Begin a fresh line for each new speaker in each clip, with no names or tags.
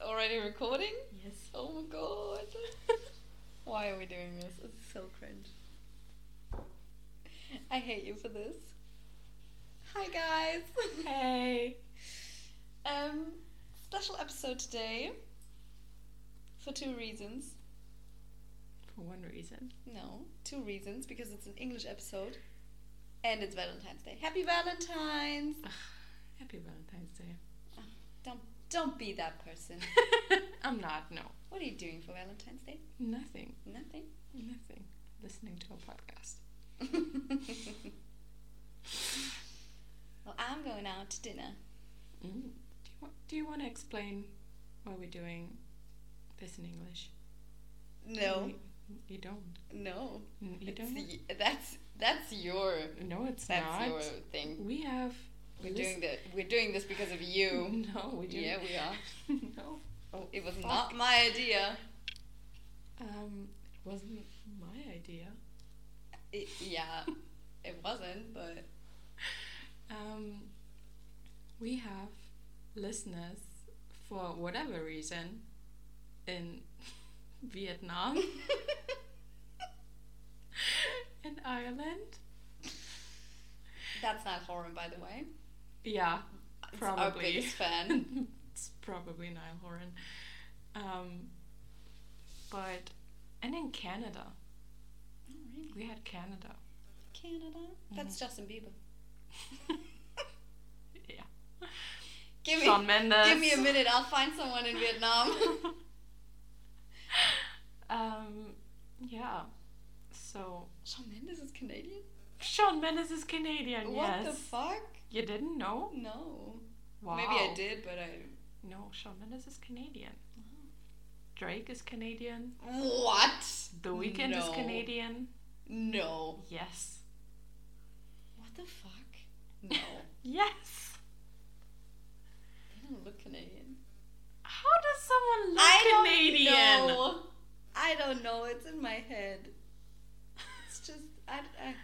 already recording?
Yes.
Oh my god. Why are we doing this? It's so cringe. I hate you for this. Hi guys.
Hey.
Um special episode today for two reasons.
For one reason.
No, two reasons because it's an English episode and it's Valentine's Day. Happy Valentine's.
Happy Valentine's Day.
Don't don't be that person.
I'm not, no.
What are you doing for Valentine's Day?
Nothing.
Nothing.
Nothing. Listening to a podcast.
well, I'm going out to dinner.
Mm. Do you want do you want to explain why we're doing this in English? You, you don't.
no,
Mm, You
It's
don't.
y- that's that's your
no, it's
that's
not.
your thing.
We have
We're doing that. We're doing this because of you.
No, we do.
Yeah, we are.
no.
Oh, it was
fuck.
not my idea.
Um it wasn't my idea.
It, yeah, it wasn't, but
Um, we have listeners for whatever reason in Vietnam and Ireland.
that's not Horan, by the way.
Yeah,
It's our
probably.
biggest fan.
it's probably Niall Horan. Um, but and in Canada,
Oh, really?
we had Canada.
Canada.
Mm.
That's Justin Bieber.
yeah,
Give me
Shawn Mendes.
give me a minute. I'll find someone in Vietnam.
um, yeah. So
Shawn Mendes is Canadian?
Sean Mendes is Canadian.
What
yes.
the fuck?
You didn't know?
No.
Wow.
Maybe I did, but I.
No, Sean Mendes is Canadian.
Mm-hmm.
Drake is Canadian.
What?
The Weeknd is
No.
Canadian.
No.
Yes.
What the fuck? No.
Yes.
they don't look Canadian.
How does someone look
I
Canadian?
don't know. I don't know. It's in my head. It's just I, I,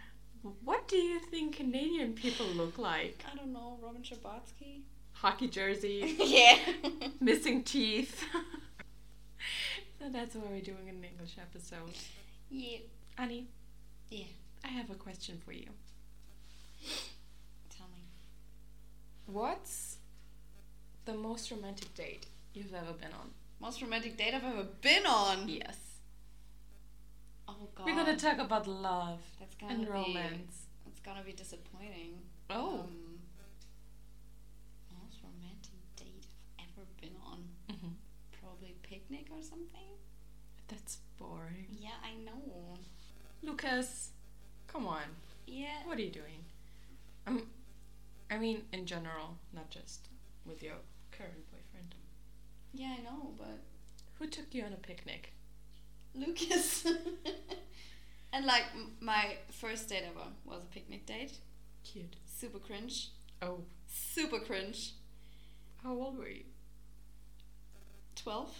What do you think Canadian people look like?
I don't know. Robin Schabotsky.
Hockey jersey,
yeah.
missing teeth. so that's why we're doing an English episode.
yeah.
Annie,
Yeah.
I have a question for you.
Tell me.
What's the most romantic date you've ever been on?
Most romantic date I've ever been on.
Yes.
Oh god.
We're gonna talk about love
That's gonna
and
be.
romance.
It's gonna be disappointing.
Oh.
Um, most romantic date I've ever been on.
Mhm.
Probably picnic or something.
That's boring.
Yeah, I know.
Lucas, come on.
Yeah.
What are you doing? Um, I mean, in general, not just with your current boyfriend.
Yeah, I know, but
Who took you on a picnic?
Lucas. and like m- my first date ever was a picnic date.
Cute.
Super cringe.
Oh,
Super cringe.
how old were you?
12.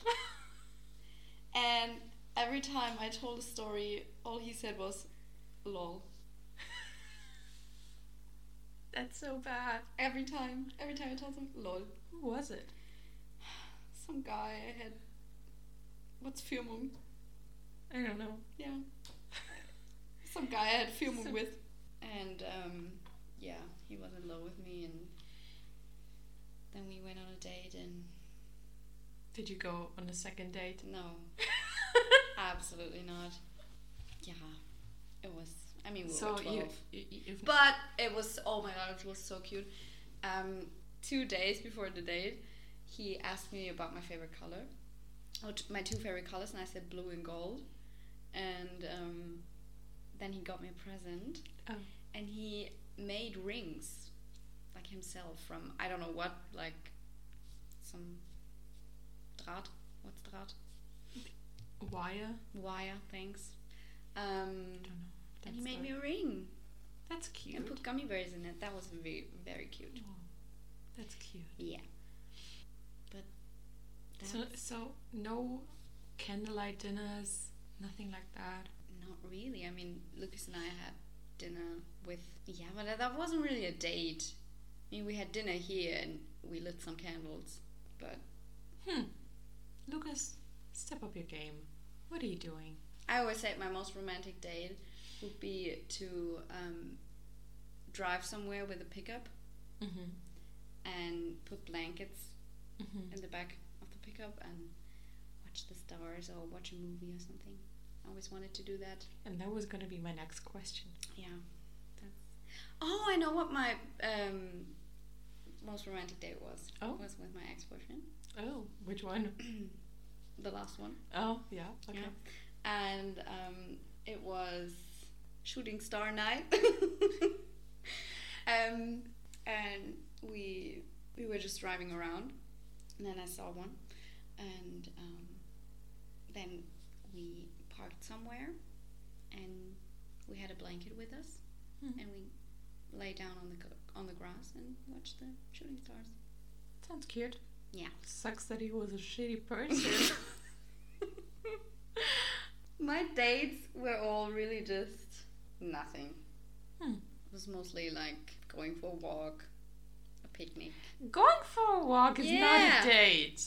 and every time I told a story, all he said was, lol.
That's so bad.
Every time. Every time I told him, lol.
Who was it?
Some guy I had. What's Firmung?
I don't know.
Yeah. Some guy I had Firmung
Some-
with. And um, yeah, he was in love with me, and then we went on a date, and
Did you go on a second date?
no, absolutely not. Yeah, it was. I mean, we
so
were 12.
you, you, you've
But it was oh my god, it was so cute. Um, two days before the date, he asked me about my favorite color, or t- my two favorite colors, and I said blue and gold. And um, then he got me a present,
Oh.
and he made rings, like himself from I don't know what, like some draht. What's draht?
wire.
Wire things. Um,
I don't know.
and he
That's
made me
like-
a ring
That's
and
cute.
put gummy bears in it. That was very very cute.
Oh, that's cute.
Yeah. But that's
So, so no candlelight dinners, nothing like that.
not really. I mean, Lucas and I had dinner with. Yeah, but that- that wasn't really a date. I mean, we had dinner here and we lit some candles. But
Hmm. Lucas, step up your game. What are you doing?
I always say my most romantic date would be to um, drive somewhere with a pickup
Mm-hmm.
and put blankets
Mm-hmm.
in the back of the pickup and watch the stars or watch a movie or something. I always wanted to do that.
And that was gonna be my next question.
Yeah. That's... Oh, I know what my um, most romantic date was.
Oh.
was with my ex boyfriend,
Oh, which one?
the last one.
Oh, yeah. Okay.
Yeah. And um, it was shooting star night. um, and we we were just driving around, and then I saw one, and um, then we parked somewhere, and we had a blanket with us,
Mhm.
and we lay down on the gr- on the grass and watched the shooting stars.
Sounds cute.
Yeah.
Sucks that he was a shitty person.
My dates were all really just nothing.
Hmm.
It was mostly like going for a walk, a picnic.
Going for a walk is
Yeah.
not a date.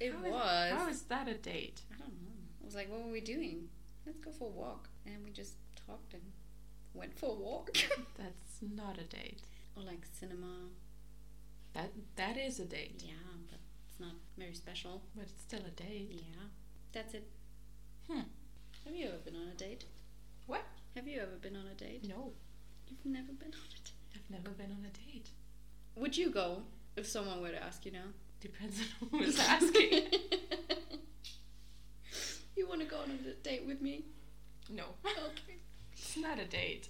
It
How
was.
is- How is that a date?
I don't know. I was like, what were we doing? Let's go for a walk. And we just talked and went for a walk.
That's not a date.
or like cinema.
That that is a date,
Yeah, but it's not very special.
but it's still a date.
Yeah. That's it.
Hmm.
Have you ever been on a date?
What?
Have you ever been on a date?
No,
You've never been on a date.
I've never been on a date.
Would you go if someone were to ask you now?
Depends on who is asking.
you want to go on a date with me?
no,
Okay.
it's not a date.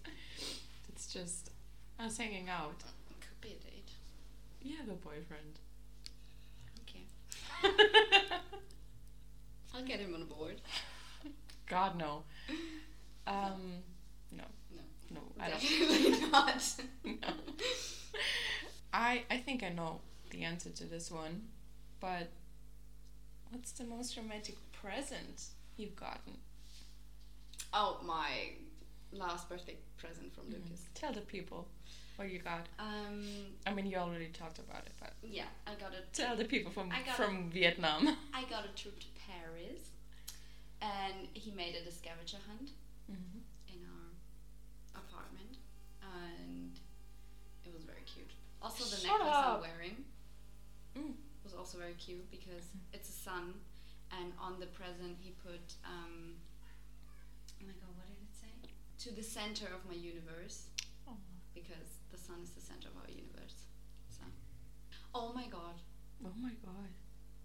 It's just us hanging out.
Could be a date.
You have a boyfriend.
Okay. I'll get him on board.
God no. Um, no,
No.
no, I don't.
Definitely not.
No. I I think I know the answer to this one, but what's the most romantic present you've gotten?
Oh, my last birthday present from
Mm-hmm.
Lucas.
Tell the people what you got.
Um,
I mean, you already talked about it, but
yeah, I got a
tell the people from
I got
from Vietnam.
I got a trip to Paris, and he made it a scavenger hunt
Mhm.
in our apartment, and it was very cute. Also, the
Shut
necklace
up.
I'm wearing.
Mm.
was also very cute because it's a sun, and on the present he put um, oh my god, what did it say? To the center of my universe
Oh.
because the sun is the center of our universe. So, oh my god,
oh my god.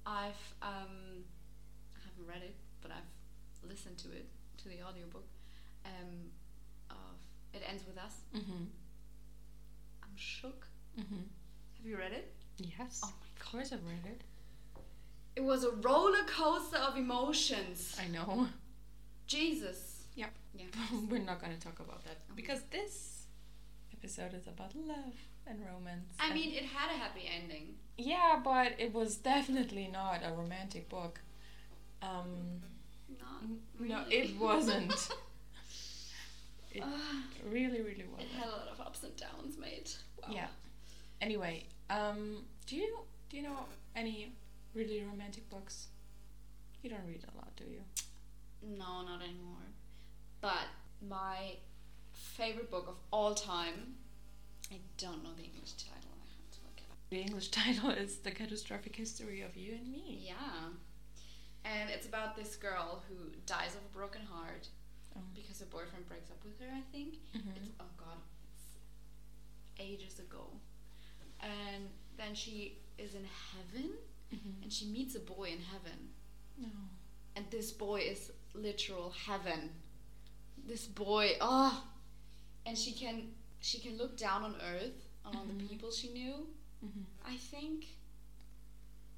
I've um, I haven't read it, but I've listened to it to the audiobook. Um, of it ends with us.
Mhm.
I'm shook.
Mhm.
Have you read it?
Yes.
Oh my
of course I've read it.
It was a roller coaster of emotions.
I know.
Jesus.
Yep.
Yeah.
We're not gonna talk about that
Oh.
because this episode is about love and romance.
I
and-
mean, it had a happy ending.
Yeah, but it was definitely not a romantic book. Um,
Not
N-
really.
no, it wasn't. It-
Ah,
really, really
it
wasn't.
had a lot of ups and downs, mate. Wow.
Yeah. Anyway, um, do you do you know any really romantic books? You don't read a lot, do you?
No, not anymore. But my favorite book of all time. I don't know the English title. I have to look it up.
The English title is "The Catastrophic History of You and Me."
Yeah. And it's about this girl who dies of a broken heart
Um,
because her boyfriend breaks up with her, I think.
mhm.
It's, oh god, it's ages ago. And then she is in heaven
Mhm.
and she meets a boy in heaven.
No.
and this boy is literal heaven this boy oh and she can she can look down on earth on all the
Mhm.
people she knew
Mhm.
i think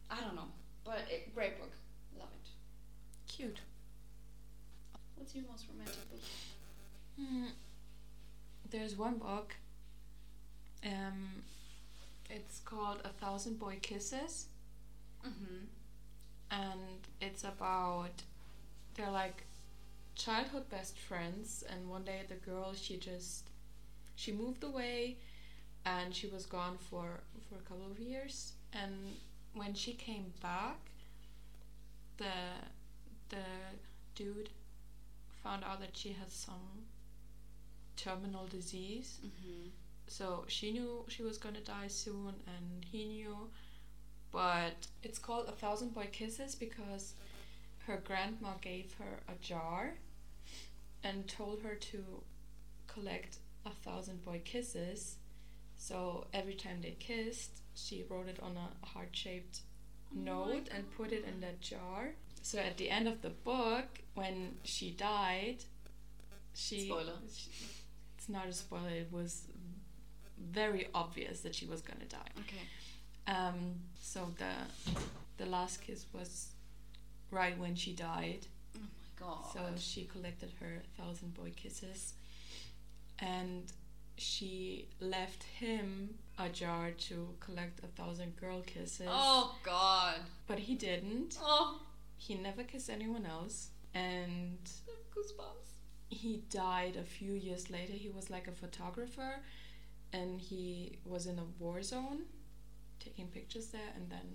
i don't know but it, great book love it
Cute.
what's your most romantic book
Hmm. There's one book. Um, it's called A Thousand Boy Kisses,
mm-hmm
and it's about they're like childhood best friends, and one day the girl she just she moved away, and she was gone for for a couple of years, and when she came back, the the dude found out that she has some terminal disease.
Mm-hmm.
So she knew she was gonna die soon, and he knew. But it's called a thousand boy kisses because her grandma gave her a jar and told her to collect a thousand boy kisses. So every time they kissed, she wrote it on a heart shaped note and put it in that jar. So at the end of the book, when she died, she.
Spoiler.
she- it's not a spoiler, it was very obvious that she was gonna die.
Okay.
Um, so the the last kiss was right when she died.
Oh my god.
So she collected her thousand boy kisses and she left him a jar to collect a thousand girl kisses.
oh god.
But he didn't.
Oh.
He never kissed anyone else. And
I have Goosebumps.
he died a few years later. He was like a photographer and he was in a war zone taking pictures there and then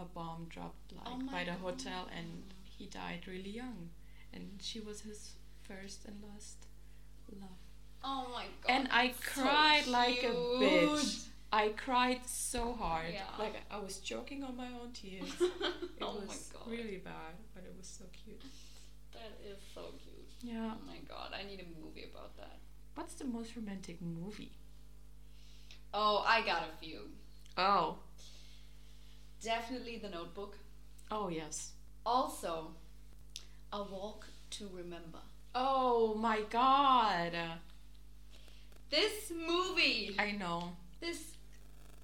a bomb dropped like
Oh my
by the
God.
hotel and he died really young and she was his first and last love.
Oh my god.
and I
that's so
cried like a bitch.
cute.
I cried so hard.
Yeah.
Like I was choking on my own tears. It
oh my
was
god.
really bad, but it was so cute.
That is so cute.
Yeah.
Oh my god. I need a movie about that.
What's the most romantic movie?
Oh, I got a few.
Oh.
Definitely The Notebook.
Oh yes.
Also, A Walk to Remember.
Oh my god.
This movie.
I know.
This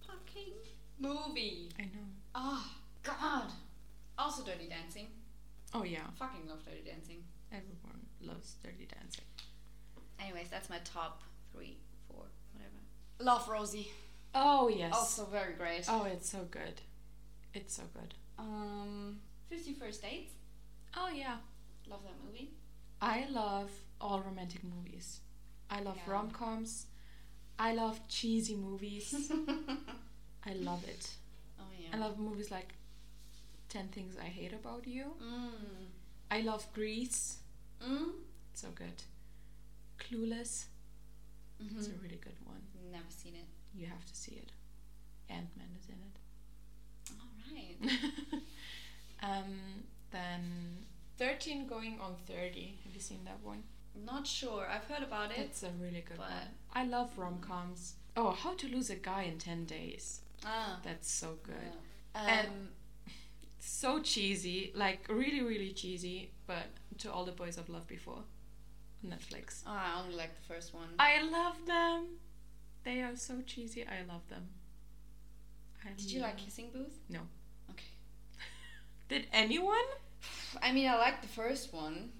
fucking movie.
I know.
Oh god. Also Dirty Dancing.
Oh yeah.
I fucking love Dirty Dancing.
Everyone loves Dirty Dancing.
Anyways, that's my top three, four, whatever. Love Rosie.
Oh yes.
Also very great.
Oh, it's so good. It's so good.
Um, Fifty First Dates.
Oh yeah.
Love that movie.
I love all romantic movies. I love
Yeah.
rom coms. I love cheesy movies.
oh
I love it.
yeah.
I love movies like Ten Things I Hate About You.
Mm.
I love Grease.
Mm.
So good. Clueless. It's
hmm
a really good one.
Never seen it.
You have to see it. Ant Man is in it.
All right.
um, then 13 going on 30. Have you seen that one?
Not sure. I've heard about it.
It's a really good
But-
one. I love rom coms. Oh, How to Lose a Guy in 10 Days.
Ah.
That's so good.
yeah. Um,
And- So cheesy, like really, really cheesy, but to all the boys I've loved before on Netflix.
oh, I only like the first one.
I love them. They are so cheesy. I love them. I
Did you like
love-
Kissing Booth?
No.
Okay.
Did anyone?
I mean, I like the first one,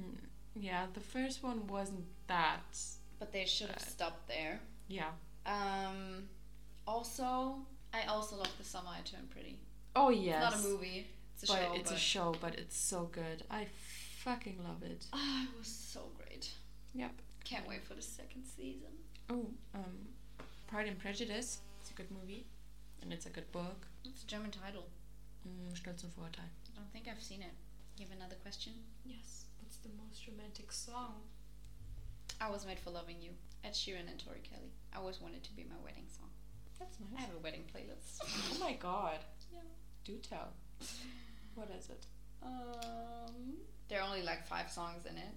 Mm, Yeah, the first one wasn't that.
but they should have
Uh,
stopped there.
Yeah.
Um, also, I also love The Summer I Turned Pretty.
Oh yes.
It's not a movie. It's a
but
show.
it's
but
a show, but it's so good. I fucking love it.
Ah, it was so great.
Yep.
Can't wait for the second season.
Oh, um, Pride and Prejudice. It's a good movie, and it's a good book.
It's a German title.
Mm, Stolz und Vorurteil.
I don't think I've seen it. You have another question?
Yes. What's the most romantic song?
I was made for loving you. Ed Sheeran and Tori Kelly. I always wanted to be my wedding song.
That's
I
nice.
have a wedding playlist.
Oh my god.
Yeah.
Do tell. What is it?
Um, there are only like five songs in it.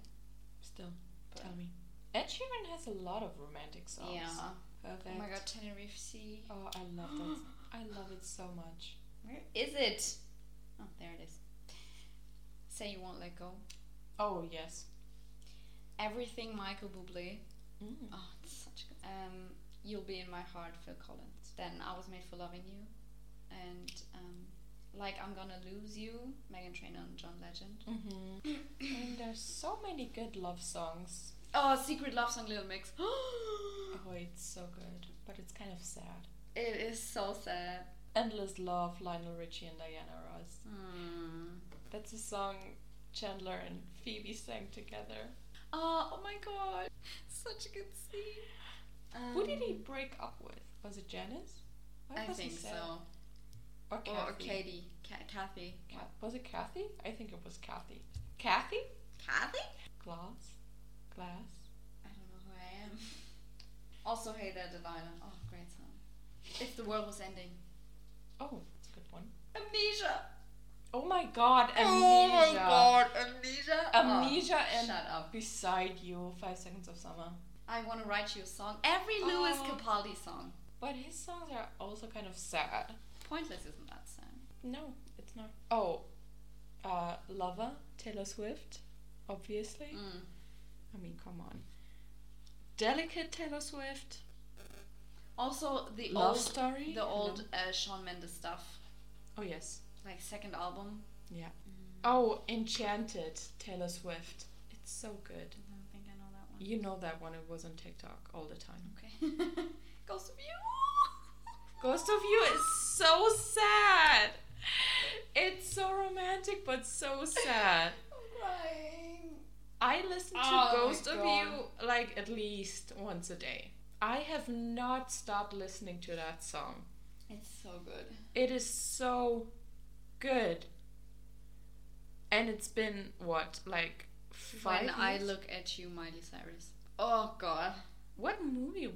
Still,
But-
tell me. Ed Sheeran has a lot of romantic songs.
Yeah.
Perfect.
Oh my god, Tenerife Sea.
Oh, I love that. I love it so much.
Where is it? Oh, there it is. Say you won't let go.
Oh yes.
Everything Michael Bublé.
Mm.
Oh, it's such good. Um, You'll Be in My Heart, Phil Collins. Then I Was Made for Loving You. And um, Like I'm Gonna Lose You, Megan Trainor and John Legend.
Mm-hmm. I mean, there's so many good love songs.
Oh, Secret Love Song Little Mix.
Oh, it's so good, but it's kind of sad.
it is so sad.
Endless Love, Lionel Richie and Diana Ross.
Mm.
Hmm. That's a song Chandler and Phoebe sang together.
Oh, oh my god. Such a good scene. Um,
Who did he break up with? Was it Janice? Why
Um, I
was
think
sad?
so.
Or
Or, or
Kathy.
Katie. Ca- Kathy.
Ca- Was it Kathy? I think it was Kathy. Kathy?
Kathy?
Glass. Glass.
I don't know who I am. Also, Hey There, Delilah. Oh, great song. If the world was ending.
Oh, that's a good one.
Amnesia! Oh
Oh my god, amnesia.
amnesia!
Amnesia
Oh,
and
Shut up.
Beside You, Five Seconds of Summer.
I want to write you a song. Every Louis
Oh.
Capaldi song.
But his songs are also kind of sad.
Pointless isn't that sad.
No, it's not. Oh, uh, Lover, Taylor Swift, obviously.
Mm.
I mean, come on. Delicate Taylor Swift.
Also, the
Love
old,
Story.
the old uh, Sean Mendes stuff,
Oh, yes.
like second album.
Oh, Enchanted, Taylor Swift. It's so good.
I don't think I know that one.
You know that one, it was on TikTok all the time.
Okay. Ghost of You.
Ghost of You is so sad. It's so romantic, but so sad.
I'm crying.
I listen to
Oh my
Ghost of
God.
You like at least once a day. I have not stopped listening to that song.
It's so good.
It is so good. And it's been what, like five
when I
years?
look at you, Miley Cyrus. Oh God.
What movie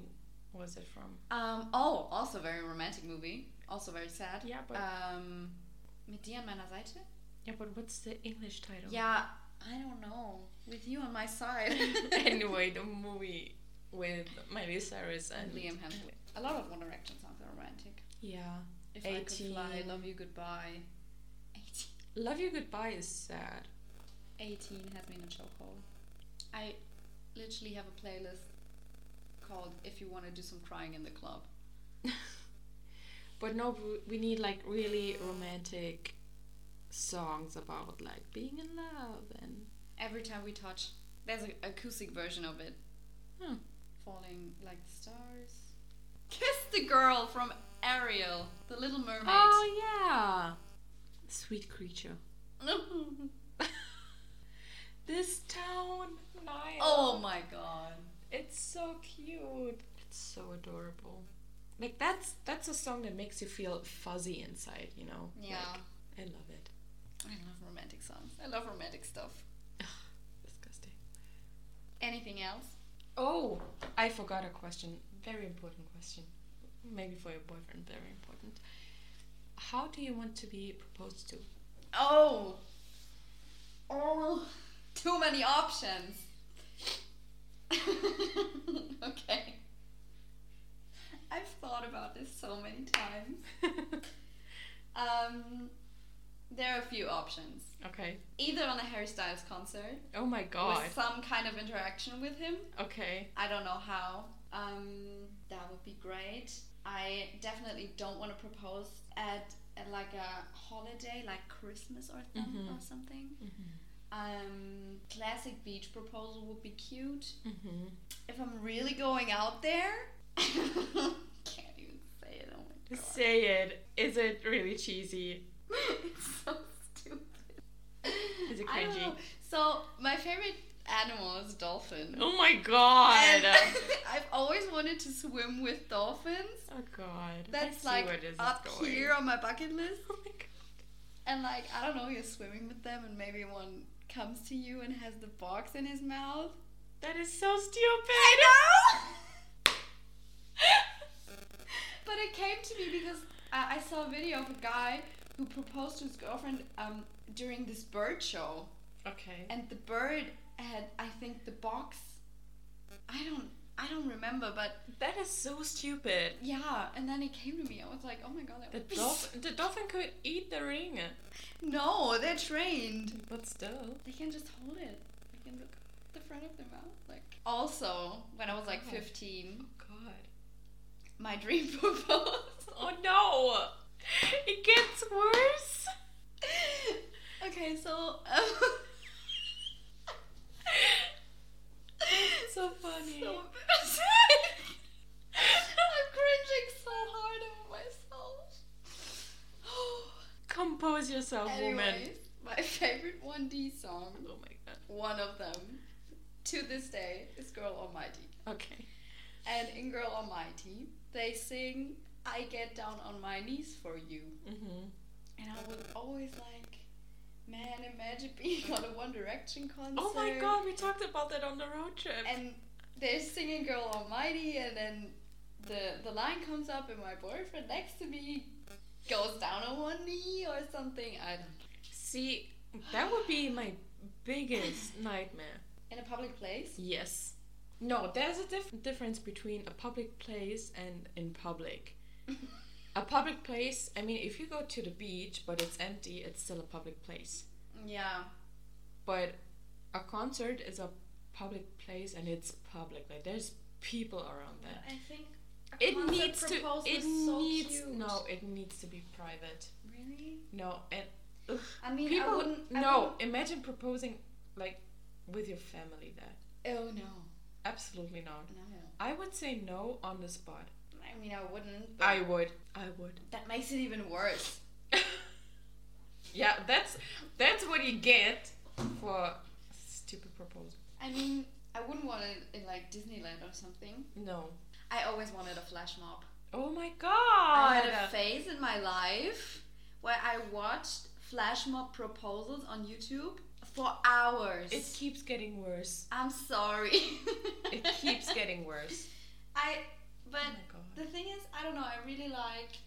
was it from?
Um. Oh, also very romantic movie. Also very sad.
Yeah, but
Um. Mit dir an meiner Seite.
Uh, yeah, but what's the English title?
Yeah. I don't know. With you on my side.
anyway, the movie with Miley Cyrus and
Liam Hemsworth. A lot of One Direction songs are romantic.
Yeah.
If I could fly,
18.
love you goodbye. 18.
Love You Goodbye is sad.
18 had me in a chokehold. I literally have a playlist called If You Want to Do Some Crying in the Club.
But no, we- we need like really romantic songs about like being in love and
Every time we touch, there's an acoustic version of it.
Hmm.
Falling like the stars. Kiss the girl from Ariel, the little mermaid.
Oh yeah. Sweet creature. this town. Nice.
oh my god.
It's so cute. It's so adorable. Like that's that's a song that makes you feel fuzzy inside, you know.
Yeah.
Like, I love it.
I love romantic songs. I love romantic stuff.
Disgusting.
Anything else?
Oh, I forgot a question. Very important question. Maybe for your boyfriend, very important. How do you want to be proposed to?
Oh. Oh. Too many options. okay. I've thought about this so many times. Um, there are a few options.
okay.
Either on a Harry Styles concert
Oh my god.
with some kind of interaction with him.
Okay.
I don't know how. Um, that would be great. I definitely don't want to propose at, at like a holiday, like Christmas or, th-
Mhm.
or something.
Mhm.
Mm-hmm. Um, classic beach proposal would be cute.
Mm-hmm.
If I'm really going out there, can't even say it. Oh my god,
Say it. Is it really cheesy?
it's so stupid. Is
it cringy?
So my favorite animal is dolphin.
Oh my god.
Mm-hmm. And I've always wanted to swim with dolphins.
oh god. I
That's
see
like
where this is
up
going.
here on my bucket list.
Oh my god.
And like I don't know, you're swimming with them, and maybe one comes to you and has the box in his mouth.
That is so stupid.
I know. but it came to me because I, I saw a video of a guy who proposed to his girlfriend um, during this bird show,
Okay.
and the bird had, I think, the box. I don't, I don't remember, but
That is so stupid.
yeah. And then it came to me. I was like, oh my god, that
The
would be
dolphin, the dolphin could eat the ring,
No, they're trained.
but still.
They can just hold it. They can look at the front of their mouth. Like also, when I was like
God.
15,
God.
my dream proposal.
Oh no! It gets worse.
okay, so um,
So funny.
So embarrassing. I'm cringing so hard over myself.
Compose yourself, woman.
Anyways, my favorite 1D song,
Oh my god.
one of them, to this day, is "Girl Almighty."
Okay.
And in Girl Almighty, they sing I get down on my knees for you.
Mm-hmm.
And I was always like, man, imagine being on a One Direction concert.
Oh my god, we talked about that on the road trip.
And there's singing Girl Almighty, and then the, the line comes up, and my boyfriend next to me goes down on one knee or something. I don't
See, that would be my biggest nightmare.
In a public place?
Yes. No, there's a diff- difference between a public place and in public. A public place, I mean, if you go to the beach but it's empty, it's still a public place.
yeah.
But a concert is a public place and it's public. Like there's people around that.
I think
It needs to. It needs no. It needs to be private.
Really?
No, and
I mean,
people.
I wouldn't. I
no, imagine proposing like with your family. There,
wouldn't- oh no,
absolutely not.
no.
I would say no on the spot.
I mean, I wouldn't. but
I would. I would.
That makes it even worse.
yeah, that's that's what you get for stupid proposal.
I mean, I wouldn't want it in like Disneyland or something.
No.
I always wanted a flash mob.
Oh my god.
I had a phase in my life where I watched flash mob proposals on YouTube for hours.
it keeps getting worse.
I'm sorry.
It keeps getting worse.
I. But
Oh my god.
the thing is, I don't know. I really like,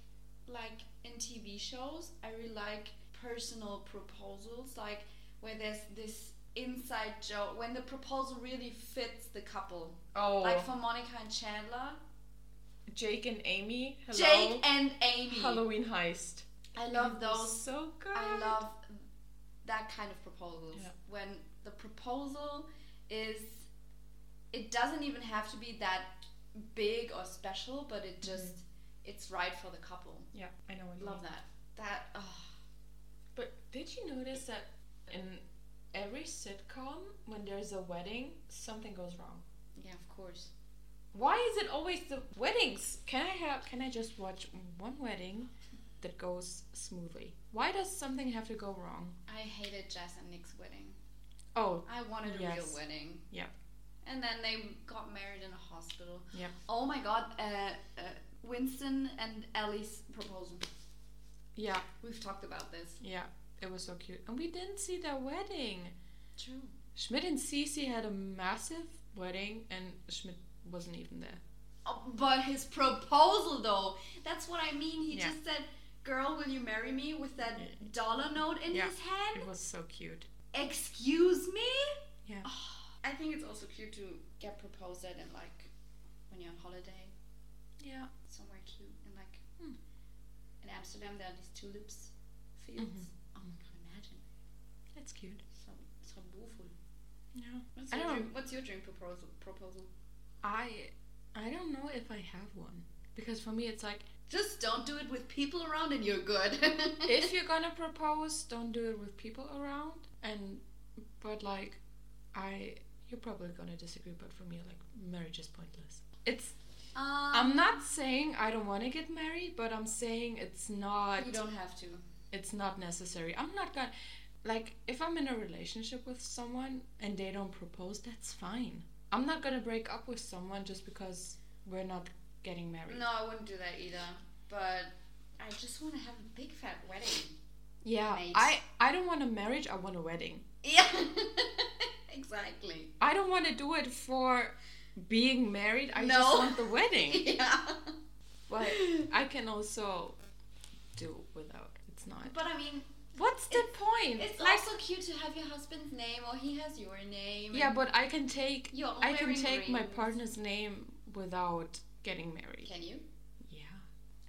like in TV shows, I really like personal proposals, like where there's this inside joke when the proposal really fits the couple.
Oh.
Like for Monica and Chandler,
Jake and Amy. Hello.
Jake and Amy.
Halloween heist.
I love
It was
those.
So good.
I love that kind of proposals
Yeah.
when the proposal is. It doesn't even have to be that big or special, but it
Mm-hmm.
just it's right for the couple.
Yeah, I know. What you
Love
mean.
that. That oh,
But did you notice that in every sitcom, when there's a wedding, something goes wrong?
yeah, of course.
Why is it always the weddings? Can I have? Can I just watch one wedding that goes smoothly? Why does something have to go wrong?
I hated Jess and Nick's wedding.
Oh,
I wanted a real
Yes.
wedding.
Yep.
And then they got married in a hospital.
Yep.
Oh my God, uh, uh, Winston and Ellie's proposal.
yeah,
We've talked about this.
yeah. It was so cute, and we didn't see their wedding.
True.
Schmidt and Cece had a massive wedding, and Schmidt wasn't even there.
Oh, but his proposal, though, that's what I mean. He
Yeah.
just said, "Girl, will you marry me?" with that
Yeah.
dollar note in
Yeah.
his hand.
It was so cute.
Excuse me?
Yeah.
I think it's also cute to get proposed at and like when you're on holiday
Yeah.
somewhere cute and like
Hmm.
in Amsterdam there are these tulips fields. Oh my god, imagine.
That's cute.
So so beautiful.
Yeah.
What's
I
your
don't-
dream what's your dream proposal proposal?
I I don't know if I have one because for me it's like
Just don't do it with people around and you're good.
if you're gonna propose, don't do it with people around. And but like I you're probably gonna disagree, but for me like marriage is pointless. It's
um,
I'm not saying I don't want to get married, but I'm saying it's not
you don't have to.
it's not necessary. I'm not gonna like if I'm in a relationship with someone and they don't propose, that's fine. I'm not gonna break up with someone just because we're not getting married.
No, I wouldn't do that either. But I just want to have a big fat wedding.
Yeah,
Right.
I I don't want a marriage. I want a wedding.
Yeah. exactly.
I don't want to do it for being married. I
No.
just want the wedding.
yeah.
but I can also do without. It's not.
But I mean,
What's the point?
it's also cute to have your husband's name or he has your name.
yeah, but I can take
You're
I can
wearing
take my
rings.
partner's name without getting married.
Can you?
Yeah.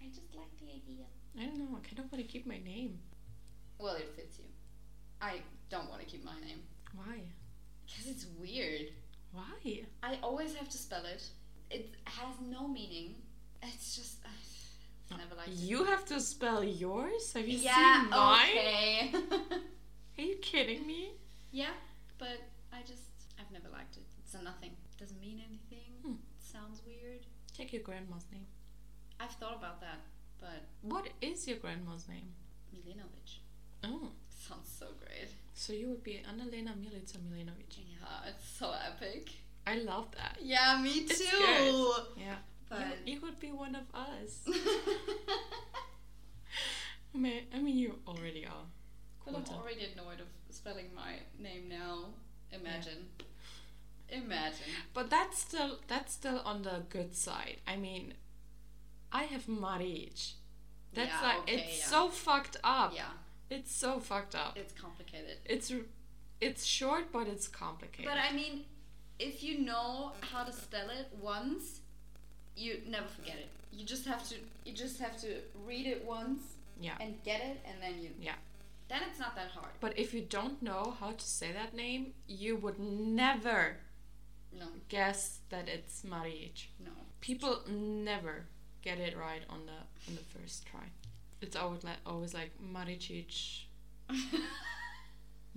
I just like the idea.
I don't know. I don't want to keep my name.
Well, it fits you. I don't want to keep my name
Why?
because it's weird.
Why?
I always have to spell it. It has no meaning. It's just I never liked it.
You have to spell yours? Have you
yeah.
seen mine?
Okay.
Are you kidding me?
yeah, but I just I've never liked it. It's a nothing. Doesn't mean anything.
Hmm.
Sounds weird.
Take your grandma's name.
I've thought about that, but
What is your grandma's name?
Milinovic
Oh,
sounds so great.
so you would be Annalena Milica Milinovic.
Yeah, it's so epic.
I love that.
Yeah, me
It's
too.
Yeah.
But
you, you could be one of us. I mean, I mean, you already are.
but I'm
Quota.
already annoyed of spelling my name now. Imagine. Imagine.
But that's still that's still on the good side. I mean, I have Maric. That's
Yeah,
like
okay,
it's
yeah.
so fucked up.
Yeah,
It's so fucked up.
it's complicated.
It's it's short, but it's complicated.
But I mean, if you know how to spell it once, you never forget it. You just have to you just have to read it once
yeah.
and get it and then you
Yeah.
Then it's not that hard.
But if you don't know how to say that name, you would never
No,
guess that it's Maric.
no.
People never get it right on the on the first try. It's always like always like Maricic,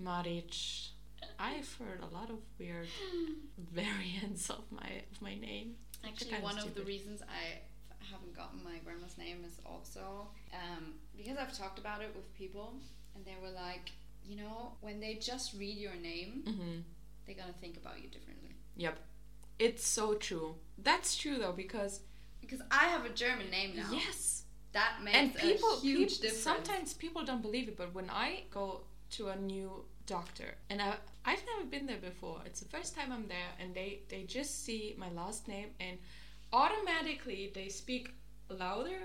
Maric. I've heard a lot of weird variants of my of my name.
Actually,
kinda
one of the
stupid.
reasons I f- haven't gotten my grandma's name is also um, because I've talked about it with people and they were like, you know, when they just read your name,
hmm
they're gonna think about you differently.
Yep, it's so true. That's true though because
Because I have a German name now.
yes,
That makes
and people,
a huge
peop-
difference.
sometimes people don't believe it but when i go to a new doctor and I, i've never been there before it's the first time i'm there and they they just see my last name and automatically they speak louder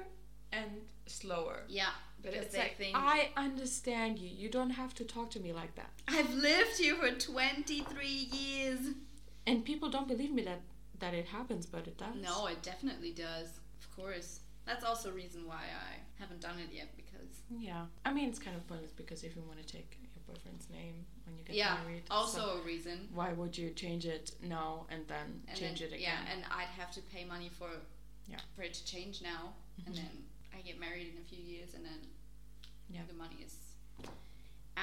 and slower
yeah,
but
because
it's
they
like
think
i understand you you don't have to talk to me like that
I've lived here for 23 years.
and people don't believe me that that it happens but it does
No, it definitely does. Of course. That's also a reason why I haven't done it yet because
yeah i mean it's kind of pointless because if you want to take your boyfriend's name when you get
yeah,
married so-
also a reason.
why would you change it now and then
And
change
then,
it again?
Yeah, and I'd have to pay money for
Yeah. Mm-hmm.
for it to change now and then I get married in a few years and then
Yeah.
the money is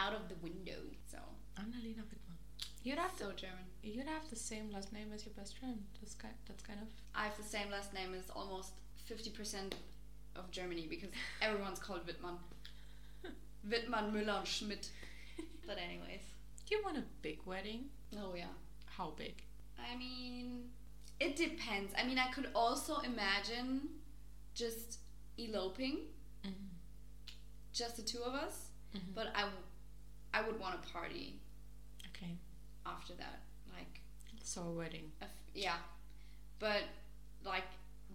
out of the window. So,
Annalena Wittmann. You'd have to,
so German.
you'd have the same last name as your best friend. That's kind that's kind of
I have the same last name as almost 50% of Germany because everyone's called Wittmann. Wittmann, Müller, and Schmidt. But, anyways.
Do you want a big wedding?
Oh, yeah.
How big?
I mean, it depends. I mean, I could also imagine just eloping,
Mm-hmm.
just the two of us, but I, w- I would want a party
okay,
after that. Like,
so a wedding.
a f- yeah. But, like,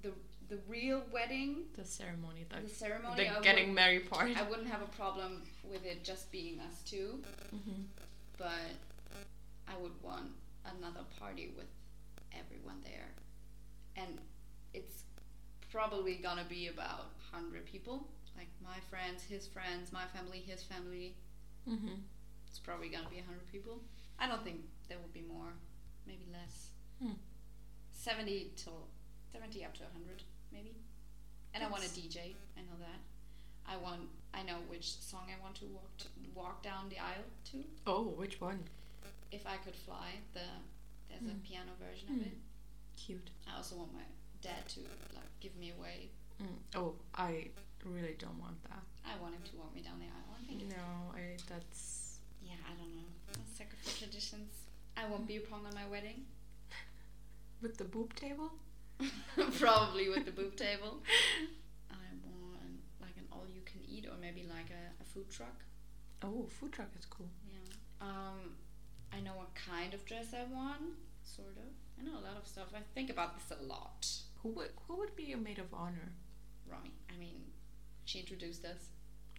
the, the real wedding,
The ceremony,
the
the,
ceremony, I
the
would-
getting married part.
I wouldn't have a problem with it just being us two,
hmm
but I would want another party with everyone there. And it's probably gonna be about 100 people. Like my friends, his friends, my family, his family.
hmm
It's probably gonna be 100 people. I don't think there will be more, maybe less.
Hmm.
70 till 70 up to 100, maybe. And I want a
That's-
DJ. I know that. I want. I know which song I want to walk to, walk down the aisle to.
Oh, which one?
If I could fly, the there's
Hmm.
a piano version
Hmm.
of it.
Cute.
I also want my dad to like give me away.
Mm. Oh, I really don't want that.
I want him to walk me down the aisle. I think.
No, I that's
Yeah, I don't know. I'm sucker for traditions. I want beer pong on my wedding.
with the boob table.
probably with the boob table. I want like an all you can eat or maybe like a, a food truck.
Oh, food truck is cool.
Yeah. Um, I know what kind of dress I want, sort of. I know a lot of stuff. I think about this a lot.
Who would who would be your maid of honor?
Romy. I mean, she introduced us.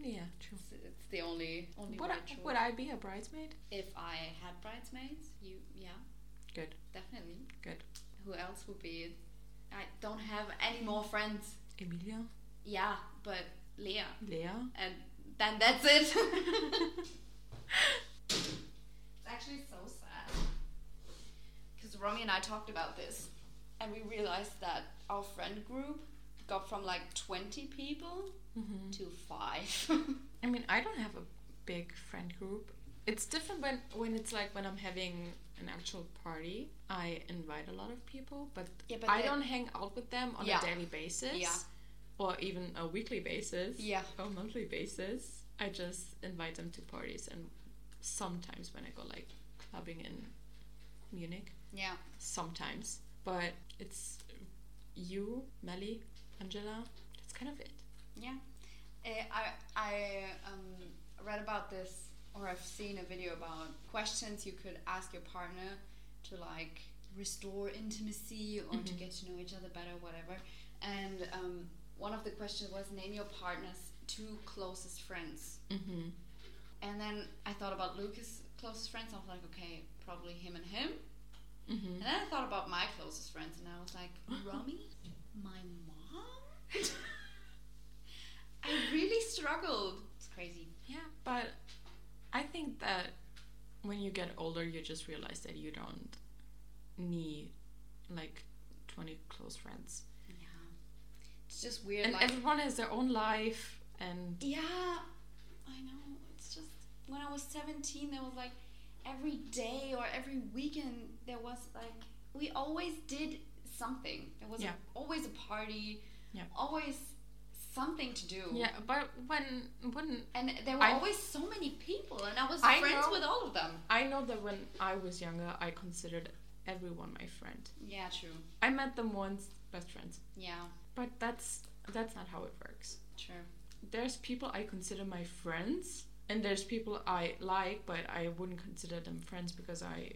Yeah, true.
It's, it's the only only
Would I,
right choice.
would I be a bridesmaid?
if I had bridesmaids, you yeah.
Good.
Definitely.
Good.
Who else would be it? I don't have any more friends.
Emilia?
Yeah, but Leah.
Lea?
and then that's it. it's actually so sad because Romy and I talked about this, and we realized that our friend group got from like twenty people
Mm-hmm.
to five.
I mean, I don't have a big friend group. It's different when, when it's like when I'm having an actual party. I invite a lot of people, but,
Yeah, but
I
they-
don't hang out with them on
Yeah.
a daily basis.
Yeah.
Or even a weekly basis.
yeah,
Or monthly basis. I just invite them to parties and sometimes when I go like clubbing in Munich.
yeah,
sometimes but it's you, Melly, Angela. That's kind of it.
Yeah. Eh, I, I um, read about this, or I've seen a video about questions you could ask your partner to like restore intimacy or to
Mhm.
get to know each other better, whatever. And um, one of the questions was name your partner's two closest friends.
Mm-hmm.
And then I thought about Lucas' closest friends. I was like, okay, probably him and him. And
Mm-hmm.
then I thought about my closest friends, and I was like, Rami, my mom. I really struggled. It's crazy.
Yeah, but I think that when you get older, you just realize that you don't need like 20 close friends.
Yeah, it's just weird.
And
like,
everyone has their own life, and
yeah, I know. It's just when I was seventeen, there was like every day or every weekend there was like we always did something. There was
Yeah.
always a party.
Yeah.
Always something to do.
yeah, but when when
And there were
I-
always so many people, and I was
I
friends
know.
with all of them.
I know that when I was younger, I considered everyone my friend.
Yeah, true.
I met them once, best friends.
Yeah,
But that's that's not how it works.
true.
There's people I consider my friends, and there's people I like, but I wouldn't consider them friends because I,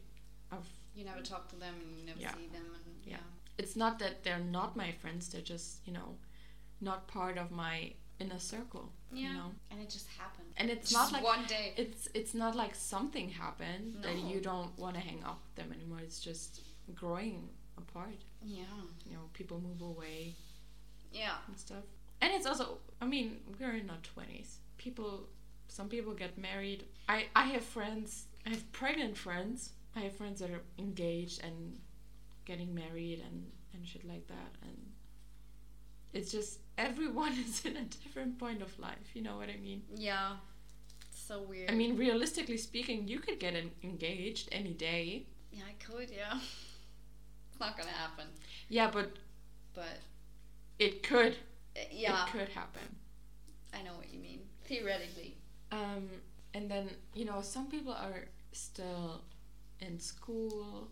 I've
You never talk to them, and you never
Yeah.
see them, and yeah.
Yeah. it's not that they're not my friends they're just you know not part of my inner circle
Yeah.
you know
And it just happened.
and it's
just
not like
one day.
it's it's not like something happened that
No.
you don't want to hang out with them anymore it's just growing apart
Yeah.
you know people move away
Yeah.
and stuff and it's also i mean we're in our 20s people some people get married i i have friends i have pregnant friends i have friends that are engaged and getting married and and shit like that and it's just everyone is in a different point of life you know what i mean
Yeah. It's so weird.
i mean realistically speaking you could get en- engaged any day
yeah, I could, yeah. it's not gonna happen,
yeah but
but
it could
uh, yeah,
it could happen
I know what you mean. Theoretically.
Um, and then you know some people are still in school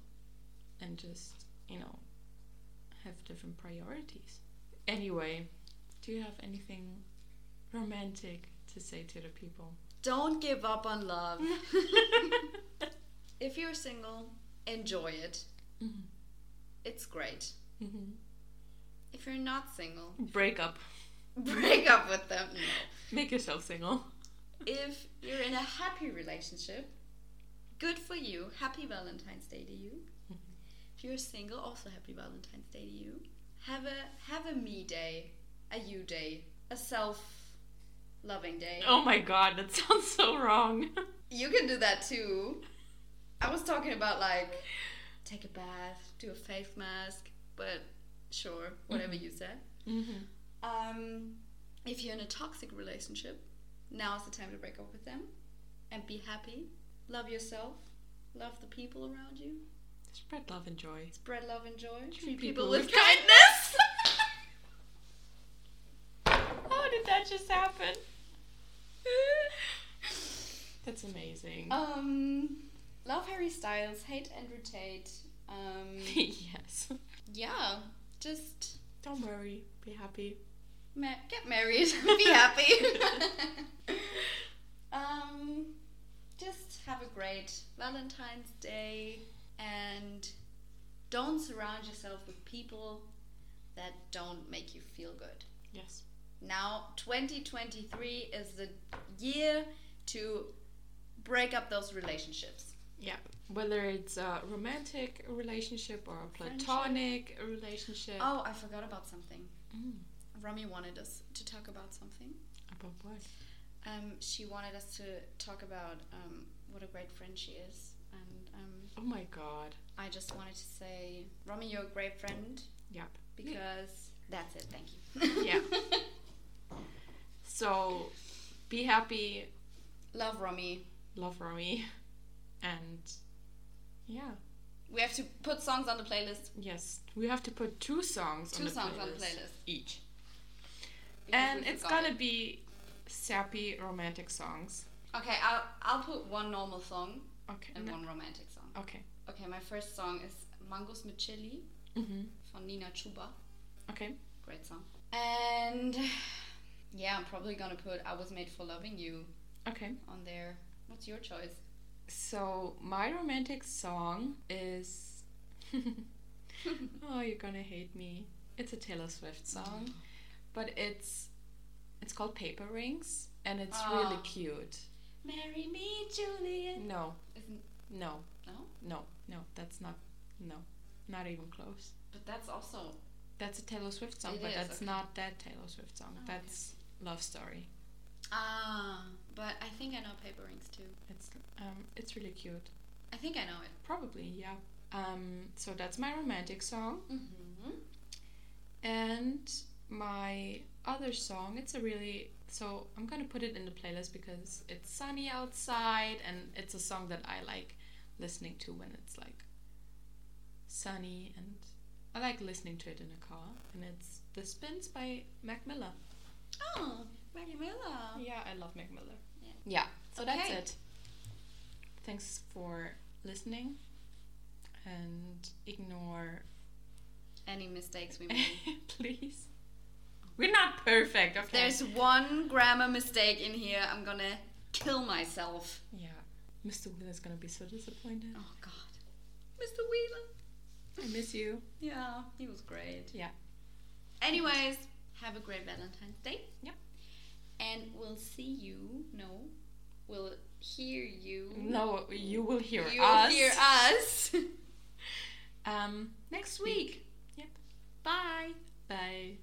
and just you know have different priorities. Anyway, do you have anything romantic to say to the people?
Don't give up on love.
Mm-hmm.
if you're single, enjoy it.
Mhm.
It's great.
Mhm.
If you're not single,
Break up.
break up with them. No.
Make yourself single.
if you're in a happy relationship, good for you. Happy Valentine's Day to you. If you're single, also happy Valentine's Day to you. Have a have a me day, a you day, a self loving day.
Oh my god, that sounds so wrong.
You can do that too. I was talking about like take a bath, do a face mask, but sure, whatever you said.
Mhm.
Um, if you're in a toxic relationship, now's the time to break up with them and be happy. Love yourself. Love the people around you.
Spread love and joy.
Spread love and joy. Treat,
people
people, with
with
kindness.
How did that just happen? That's amazing.
um, love Harry Styles. Hate Andrew Tate. Um,
yes.
yeah, just
Don't worry. Be happy.
ma- get married. be happy. um, just have a great Valentine's Day and don't surround yourself with people that don't make you feel good.
Yes.
Now, 2023 is the year to break up those relationships.
Yeah. Whether it's a romantic relationship or a
Friendship.
platonic relationship.
Oh, I forgot about something.
Mm.
Rami wanted us to talk about something.
About what?
Um, she wanted us to talk about um, what a great friend she is. And um,
Oh my god.
I just wanted to say, Rami, you're a great friend
Yep.
because that's it. Thank you.
Yeah. So be happy,
Love Rami.
love Romy, and yeah.
We have to put songs on the playlist.
Yes. We have to put two songs
Two
on the
songs
playlist.
on the playlist.
Each.
because
And
we
it's
forgot
gonna
it.
be sappy romantic songs.
Okay, I'll, I'll put one normal song
Okay.
and
no-
one romantic song.
Okay.
Okay, my first song is Mangos mit Chili
Mm-hmm.
von Nina Chuba.
Okay.
Great song. And yeah, I'm probably gonna put I Was Made for Loving You
Okay.
on there. What's your choice?
So my romantic song is Oh, you're gonna hate me. It's a Taylor Swift song. But it's it's called Paper Rings and it's really
Ah.
cute.
Marry me, Julian.
No,
Isn't
no,
no?
no, no, that's not no. Not even close.
But that's also
That's a Taylor Swift song,
It
but
is,
that's
okay.
not that Taylor Swift song.
Oh, okay.
that's Love Story.
Ah but I think I know paper rings too.
It's um it's really cute.
I think I know it.
Probably, yeah. Um so that's my romantic song.
Mm-hmm.
And my other song, it's a really so I'm gonna put it in the playlist because it's sunny outside and it's a song that I like listening to when it's like sunny and I like listening to it in a car and it's The Spins by Mac Miller.
Oh, Maggie Miller.
Yeah, I love Mac Miller.
Oh. Yeah.
Yeah, so that's
Okay.
it. Thanks for listening and ignore
Any mistakes we made?
please. We're not perfect, okay?
There's one grammar mistake in here. I'm gonna kill myself.
Yeah. Mr. Wheeler's gonna be so disappointed.
Oh God, Mr. Wheeler.
I miss you.
Yeah, he was great.
Yeah.
Anyways, have a great Valentine's Day.
Yeah.
And we'll see you. No, we'll hear you.
No, you will hear
Mm-hmm. You'll
us.
hear us
Um, next
next
week.
week.
Yep.
Bye.
Bye.